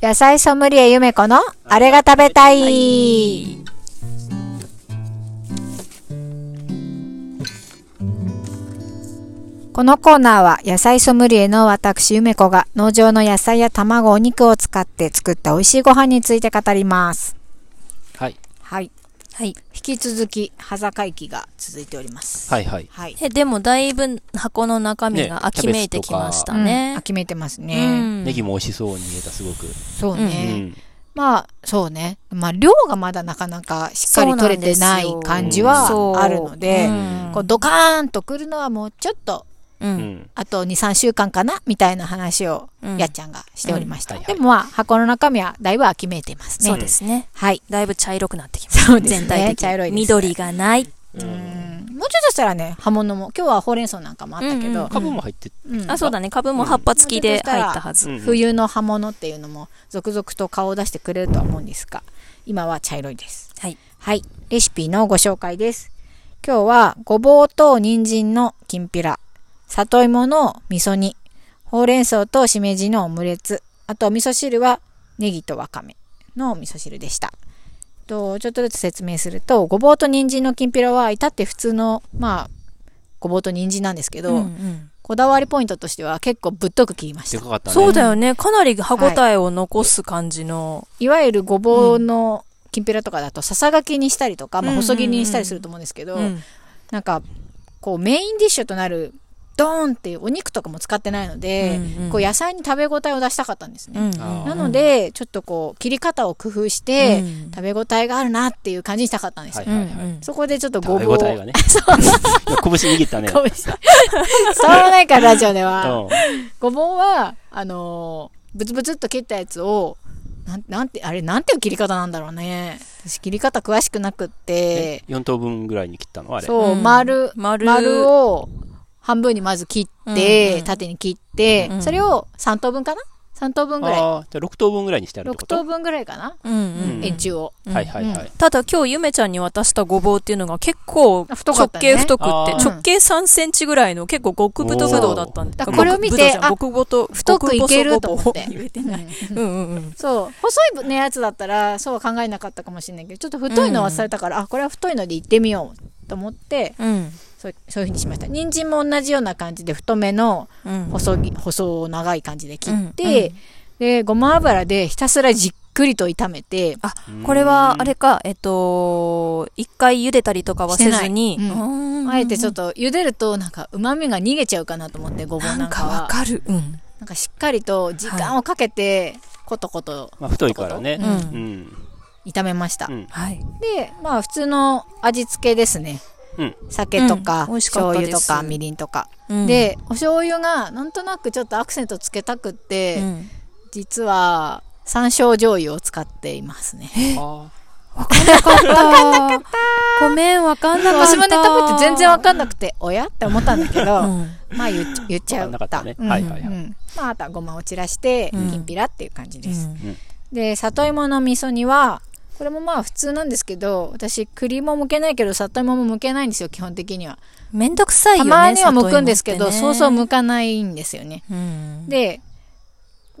野菜ソムリエゆめこのあれが食べたい、このコーナーは野菜ソムリエの私ゆめこが農場の野菜や卵お肉を使って作った美味しいご飯について語りますはい。はいはい。引き続き羽坂きが続いておりますはいはい。はい、え、でもだいぶ箱の中身が秋めいてきましたうんね。決めてますうね、んネギも美味しそうに見えた、すごく。そううね、ん。まあそうね、まあ、量がまだなかなかしっかり取れてない感じはあるのでうんこうドカーンとくるのはもうちょっとう。うんん。あと23週間かなみたいな話をうんやっちゃんがしておりました、うんはいはいでもまあ箱の中身はだいぶ秋めいてますねそうですね。はいだいぶ茶色くなってきました。そうですね全体的に。茶色いです緑がない。うんもうちょっとしたらね葉物も今日はほうれん草なんかもあったけどうん、カブも入って、うんあ、そうだね。株も葉っぱ付きで入ったはず。うん冬の葉物っていうのも続々と顔を出してくれるとは思うんですが今は茶色いですはい。はい。レシピのご紹介です。今日は、ごぼうと人参のきんぴら、里芋の味噌煮、ほうれん草としめじのオムレツ、あとお味噌汁はネギとわかめのお味噌汁でした。とちょっとずつ説明すると、ごぼうと人参のきんぴらは至って普通の、まあ、ごぼうと人参なんですけど、うんうんこだわりポイントとしては結構ぶっとく切りましでたか。かったね。そうだよね。かなり歯応えを残す感じの。いわゆるごぼうのきんぴらとかだと、ささがきにしたりとか、まあ、うんうんうん細切りにしたりすると思うんですけど、うんなんかこうメインディッシュとなるドーンっていうお肉とかも使ってないので、うんうんこう野菜に食べ応えを出したかったんですね、うんあーなのでちょっとこう切り方を工夫して、うん食べ応えがあるなっていう感じにしたかったんですよ、はいうんはういはい。んそこでちょっとご食べぼう応を えがね。いや拳握ったね。こうして 伝わらないからラジオではうんごぼうはあのーブツブツっと切ったやつをなんなんてあれなんていう切り方なんだろうね私切り方詳しくなくってえ4等分ぐらいに切ったのあれ。そう、うん丸、丸丸を半分にまず切って、うんうん縦に切って、うんそれを3等分かな ?3 等分ぐらい。ああ、じゃあ6等分ぐらいにしてあるって6こ等と分ぐらいかな、うんうんん円柱を。うんはいはいはいうんただ今日ゆめちゃんに渡したごぼうっていうのが結構あ直太かったね径太くって、あー直径3センチぐらいの結構極太ぶどうだったんでだからこれを見てあ極太じゃん極太太くいけると思って 極細ごぼう言えてないうんうんうんそう、細いねやつだったら、そうは考えなかったかもしれないけど、ちょっと太いの忘れたから、あ、これは太いので行ってみようと思って、うんそうそういうふうにしました。人参も同じような感じで、太めのうん細ぎ、細長い感じで切って、うんうんで、ごま油でひたすらじっくりと炒めて、あこれはあれかえっと一回茹でたりとかはせずにしてないうんうんあえてちょっと茹でるとなんか旨味が逃げちゃうかなと思ってごぼうななんんかかはわかるうんなんかしっかりと時間をかけてコトコトまあ太いからねう。んうん。うん炒めました、うんはいでまあ普通の味付けですねうん。酒とか、うん美味しか醤った油ですとかみりんとか、うんでお醤油がなんとなくちょっとアクセントつけたくって、うん実は山椒醤油を使っていますねあわかんなかったごめんわかんなかっ私たもね食べて全然わかんなくておやって思ったんだけど、うんまあ言っちゃ言っちあ。ゃわかんっなかったたね。うんはいはいはうい。んまあ、あとはごまを散らして、うんきんぴらっていう感じです、うんで里芋の味噌煮はこれもまあ普通なんですけど私栗も剥けないけど里芋も剥けないんですよ基本的にはめんどくさいたよねまには剥くんですけど、里芋そうってねそう剥かないんですよねうんで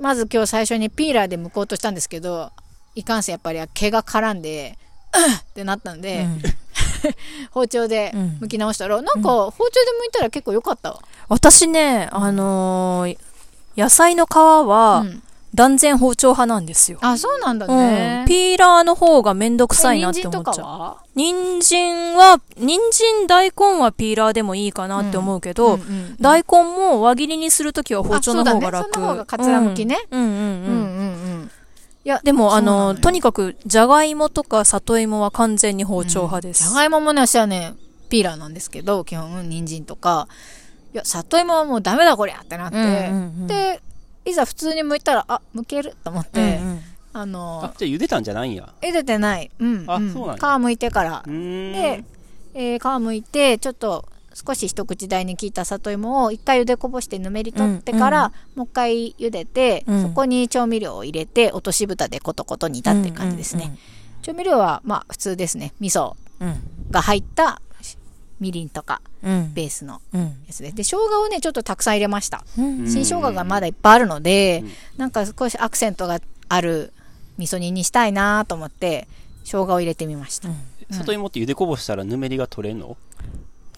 まず今日最初にピーラーで剥こうとしたんですけどいかんせんやっぱり毛が絡んでうんってなったんで、うん包丁でうん剥き直したら、なんか包丁で剥いたら結構良かったわ、私ね、あのー野菜の皮うはん断然包丁派なんですよ。あそうなんだうんね、、ピーラーの方がめんどくさいなって思っ人参ちとかゃう。は人参は、人参大根はピーラーでもいいかなって思うけど、うんうん大根も輪切りにするときは包丁の方が楽。あそうだねその方がかつらむきねうん。うんうんううんうんんうんいやでも、あそうなののよー、とにかく、じゃがいもとか里芋は完全に包丁派でじゃす。がいももね、私はね、ピーラーなんですけど、基本、人参とか、いや、里芋はもうダメだこりゃってなって、うんうんうんで、いざ普通に剥いたら、あ、剥けると思って、うんうんあのあ、、じゃあ茹でたんじゃないんや。茹でてない。うん、あんそうなん皮や剥いてからう。ーん。で、えー皮剥いて、ちょっと、少し一口大に切った里芋を一回茹でこぼしてぬめり取ってから、うもう一回茹でて、うんそこに調味料を入れて落とし蓋でコトコト煮たっていう感じですね、。調味料はまあ普通ですね味噌うんうんが入ったみりんとかうん。ベースのうん。やつでで生姜をねちょっとたくさん入れましたうん。新生姜がまだいっぱいあるので、うんなんか少しアクセントがある味噌煮にしたいなと思って生姜を入れてみました、うん里芋って茹でこぼしたらぬめりが取れんのっ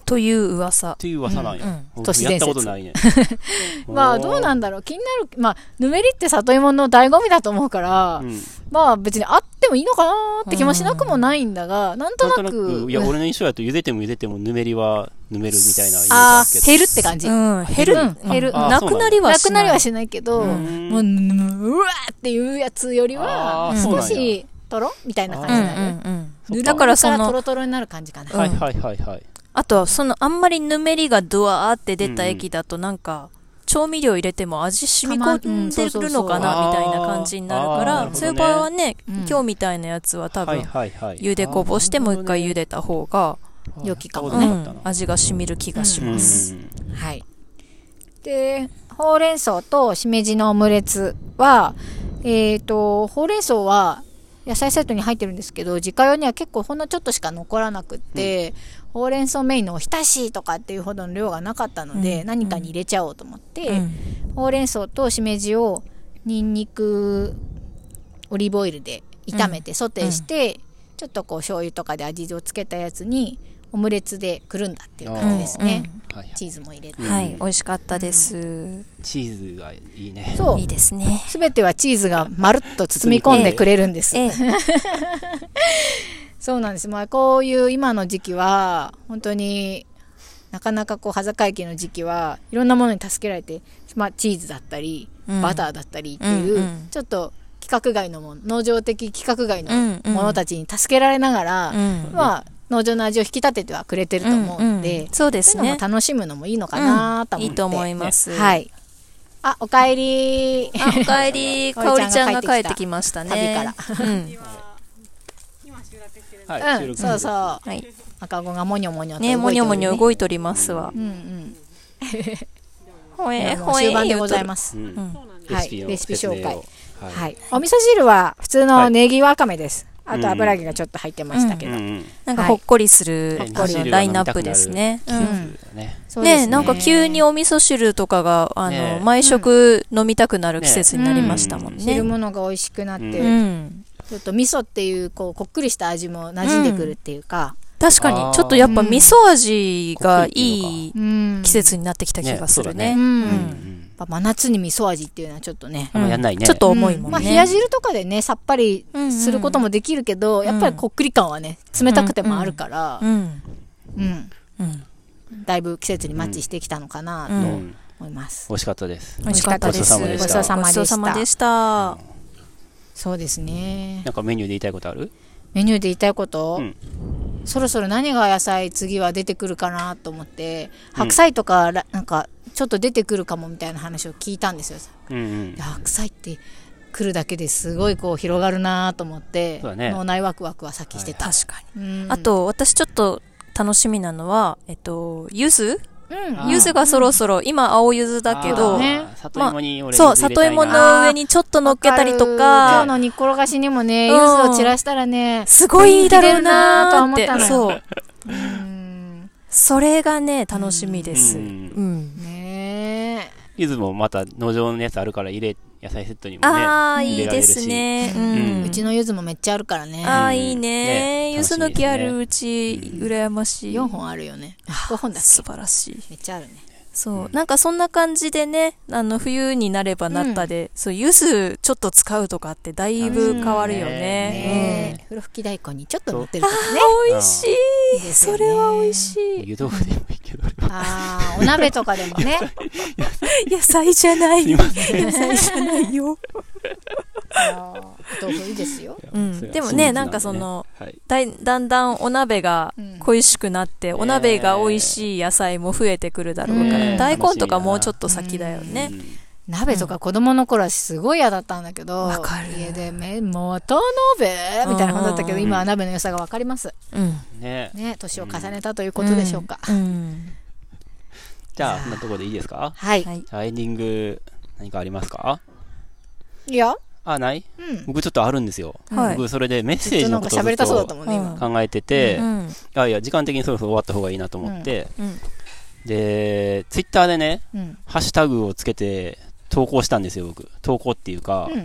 という噂。ていう噂なんや。うん都市伝説。やったことないね まあどうなんんだろう気になるまあぬめりって里芋の醍醐味だと思うから、うん、まあ別にあってもいいのかなって気もしなくもないんだが、なんとなんとななくく、いや、うん俺の印象だと茹でても茹でてもぬめりはぬめるみたいなイメージああるけー減るって感じ、うん、減る。うん減るうんあなくなりはなしくな。ないりはしないけど、ど。うんもう、ぬうわーっていうやつよりはあ、ー少そうなんし、とろみたいな感うじんうになんる。うん。そっだからそのとろとろになる感じかな。うんはいはいはいはい。あとは、その、あんまりぬめりがドワーって出た液だと、なんか、調味料入れても味染み込んでるのかな、うんみたいな感じになるかあーあら、ーそういう場合はね、うん今日みたいなやつは多はい分、はいはい。茹でこぼしてもう一回茹でた方が、良きかもあーそううだったんな、味が染みる気がします。うんはい。で、ほうれん草としめじのオムレツは、えっ、と、ほうれん草は野菜セットに入ってるんですけど、自家用には結構ほんのちょっとしか残らなくって、ほうれん草メインのお浸しとかっていうほどの量がなかったので、うん何かに入れちゃおうと思って、うんほうれん草としめじをにんにくオリーブオイルで炒めてソテーして、ちょっとこう醤油とかで味をつけたやつにオムレツでくるんだっていう感じですね、はいチーズも入れて、ううんんはい、美味しかったです。チーズがいいね。そういいですね。すべてはチーズがまるっと包み込んでくれるんです、ええ、そうなんですまあこういう今の時期は本当になかなかこう端境期の時期はいろんなものに助けられて、まあ、チーズだったり、うんバターだったりっていう、うんうんちょっと規格外のもの農場的規格外のうんうんものたちに助けられながら、うんまあ、農場の味を引き立ててはくれてると思うんで、んんそうでそすういうのねも。楽しむのもいいのかなと思って、いいと思います。はい。あ、おかえり。あ。おかえり、かかおおりりちちゃゃんんがが帰帰っっててききましたね。旅ら。うん。はい、収うん、録そうそう。はい。赤子がもにょもにょと動いてね、るもにょもにょ動いておりますわう。んうん。ほえ、もうほえ、。終盤でございますす。うんうん。はいのレシピ紹介説明をはい。お味噌汁は普通のネギわかめです。はいあと油揚げがちょっと入ってましたけうど。んうんなんかほっこりする、はいあのラインナップですね。チーズだねそうですね、なんか急にお味噌汁とかが、あねの、毎食飲みたくなる季節になりましたもんね。汁物が美味しくなって、ううん。ちょっと味噌っていうこうこっくりした味も馴染んでくるっていうか、確かあーに、ちょっとやっぱ味噌味がいいうん季節になってきた気がするねうね。ん、うやっぱん真夏に味噌味っていうのはちょっとね、あんまやんないねちょっと重いもんね。まあ冷や汁とかでねさっぱりすることもできるけど、んやっぱりこっくり感はね冷たくてもあるから、うん。うんうん。だいぶ季節にマッチしてきたのかなうとん思います、美味しかったです美味しかったです。ごちそうさまでしたごちそうさまでした。そうですねなんかメニューで言いたいことあるメニューで言いたいこと、うんそろそろ何が野菜次は出てくるかなと思って白菜とか、らなんかちょっと出てくるかもみたいな話を聞いたんですようんうんいや白菜って来るだけですごいこう広がるなと思って、そうだね脳内ワクワクはさっきしてた、確かに。うんあと、私ちょっと楽しみなのは、えっと、ゆずうんあーゆずがそろそろ、今青ゆずだけあどー、あー里芋に俺そう、里芋の上にちょっと乗っけたりと今日か、の煮っころがしにもね、う柚ん子を散らしたらね、すごいいいだろうなーっ人気出るなーて。とは思そう。うん、それがね、楽しみです。ううんん。ねゆずもまた農場のやつあるから入れ野菜セットにもねああ、入いれいられでるしすね。うえ、うんうんち。の柚子もめっちゃあるからね。ああ、うんいいねね。ゆずの木あるうち、楽しみです羨ましい。 4本あるよね。5本だっ素け晴らしい。めっちゃあるね。そう、うんなんかそんな感じでね、あの、冬になればなったで、そう、ゆずちょっと使うとかってだいぶ変わるよね。ねえ、風呂吹き大根にちょっと乗ってるとかね。うん美味しい、いいですよねそれは美味しい湯豆腐でもいいけど俺はああ、お鍋とかでもね。野菜じゃない。すい野ません菜じゃないよ。あーお豆腐いいですよ。うん。それはでも真実んね、でなんかその、はいだいだんだんお鍋がうん恋しくなって、お鍋が美味しい野菜も増えてくるだろうから、ねえ大根楽しみとかだなもうちょっと先だよね。鍋とか子供の頃はすごい嫌だったんだけど、わかる家でめ、元鍋みたいなことだったけど、うん今は鍋の良さがわかります。うん。うんねね、年を重ねたということでしょうか。うん。じゃあこんなところでいいですかはうんいは。い。じゃあエンディング何かありますかいや、あないうん。僕ちょっとあるんですよはい僕それでメッセずーっとなジのんかことを喋ずりったそうだっとたもんね、今。考えててうん。いやいや時間的にそろそろ終わった方がいいなと思ってうん。でツイッターでねうん。ハッシュタグをつけて投稿したんですよ僕投稿っていうかうん。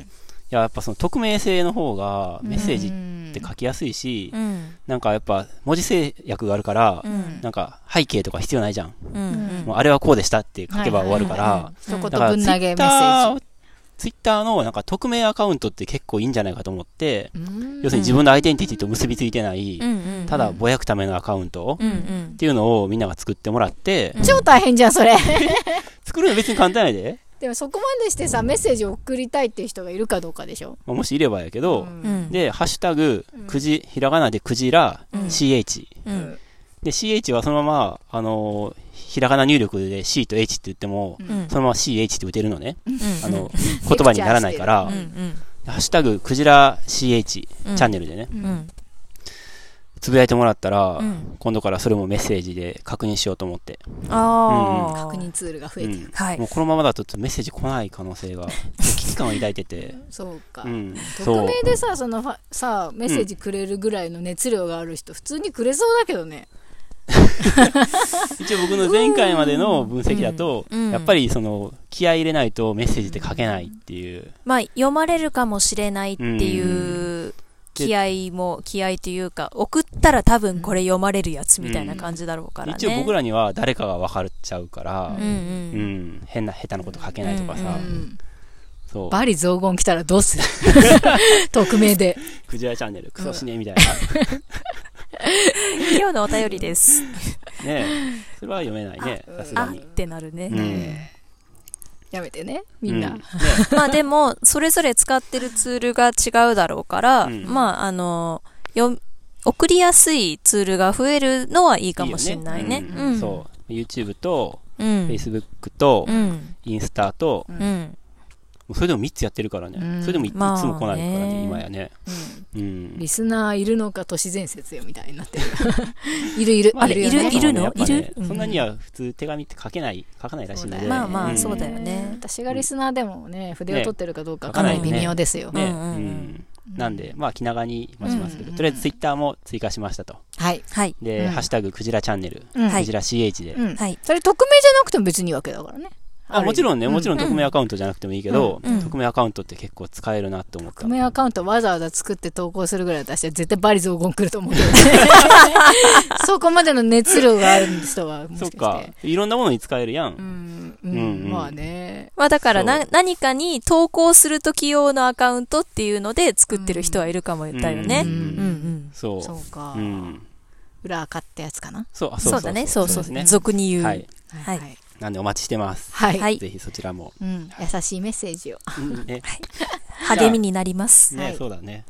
や、やっぱその匿名性の方がメッセージっって書きやすいし、うん。なんかやっぱ文字制約があるから、うん。なんか背景とか必要ないじゃん。うん。うんもうあれはこうでしたって書けば終わるから、一言うんぶだからんツイ投げメッタッセーー、ツイッターのなんか匿名アカウントって結構いいんじゃないかと思って、ジ。要するに自分のアイデンティティと結びついてない、うん。ただぼやくためのアカウントうっんうん。ていうのをみんなが作ってもらって、うん超大変じゃん、それ。作るの別に簡単やで。でもそこまでしてさ、メッセージを送りたいっていう人がいるかどうかでしょ。まあもしいればやけど、んうん。で、ハッシュタグうん、くじ、ひらがなでくじら、うん CH。うん。で、CH はそのまま、あのーひらがな入力で C と H って言っても、うん。そのまま CH って打てるのね。うんあの、言葉にならないから、うんうハん。ッシュタグ、クジラ CH チうんャンネルでね、うんうん。つぶやいてもらったら、うん。今度からそれもメッセージで確認しようと思って。ああ。確。認ツールが増えてる。はい。もうこのままだとメッセージ来ない可能性が、危機感を抱いてて。そうかう。ん。匿そう。名でさ、そのファさ、メッセージくれるぐらいの熱量がある人、普通にくれそうだけどね。一応僕の前回までの分析だと、うんうんやっぱりその、気合い入れないとメッセージって書けないっていう。まあ、読まれるかもしれないっていう気合も、気合というか、送ったら多分これ読まれるやつみたいな感じだろうからね。一応僕らには誰かが分かっちゃうからうん、うん、うん。変な、下手なこと書けないとかうさ、ん。そう。バリ雑言来たらどうする 匿名で。クジラチャンネル、クソ死ね、みたいな。今日のお便 りです。ねえそれは読めないね、さすがあにっ。てなるね。うんやめてね、みんうな。ねまあでも、それぞれ使ってるツールが違うだろうから、うんまああの、よ、送りやすいツールが増えるのはいいかもしれないね。いいねよう。うんそう。YouTube と、う。うん。 Facebook とう、ん。インスタと、もうん。うそれでも3つやってるからうね。んそれでもいいつも来ないからまあねね、今やね。うんうんリ。スナーいるのか都市伝説よみたいになってる。 いるいる。まあねいるよねそもそもねのやっぱねいるうんそんなには普通手紙って書けない、書かないらしいのそうだで。よねまあまあ、んそうだよね。私がリスナーでもね、筆を取ってるかどうかねかなり微妙ですよ。ね、ううんうんうんん。なんで、まあ気長に待ちますけうんうんど、うんとりあえず Twitter も追加しましたと。はい。はい。で、うんハッシュタグ、クジラチャンネル、うんはクいジラ CH で。うんはい。それ匿名じゃなくても別にいいわけだからね。あもちろんね、もちろんうん匿名アカウントじゃなくてもいいけど、うん匿名アカウントって結構使えるなって思った匿。名アカウントわざわざ作って投稿するぐらいだったら絶対バリ雑言来ると思うけ どね。 そこまでの熱量がある人は、もしかそし。ってか。いろんなものに使えるや。うんん、う、うんうんんまあね。まあだからそなう、何かに投稿するとき用のアカウントっていうので作ってる人はいるかもだよねう。うんんうん。そう。そうか。うん。裏垢ってやつかな。そう、あそうだね。そうそうですね。俗に言う。はい。はいはい。なんでお待ちしてます。はい。はいぜひそち らも。うん、優しいメッセージを。うんね、励みになります。はねい、そうだね。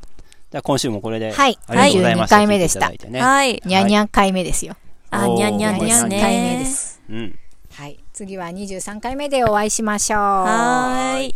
じゃあ今週もこれで。はいありがとうございました。 22回目でした聞いていいてねはい。にゃにゃん回目ですよ。あ、にゃんにゃんですおーね。にゃんにゃん回目ですうん。はい。次は23回目でお会いしましょう。はーい。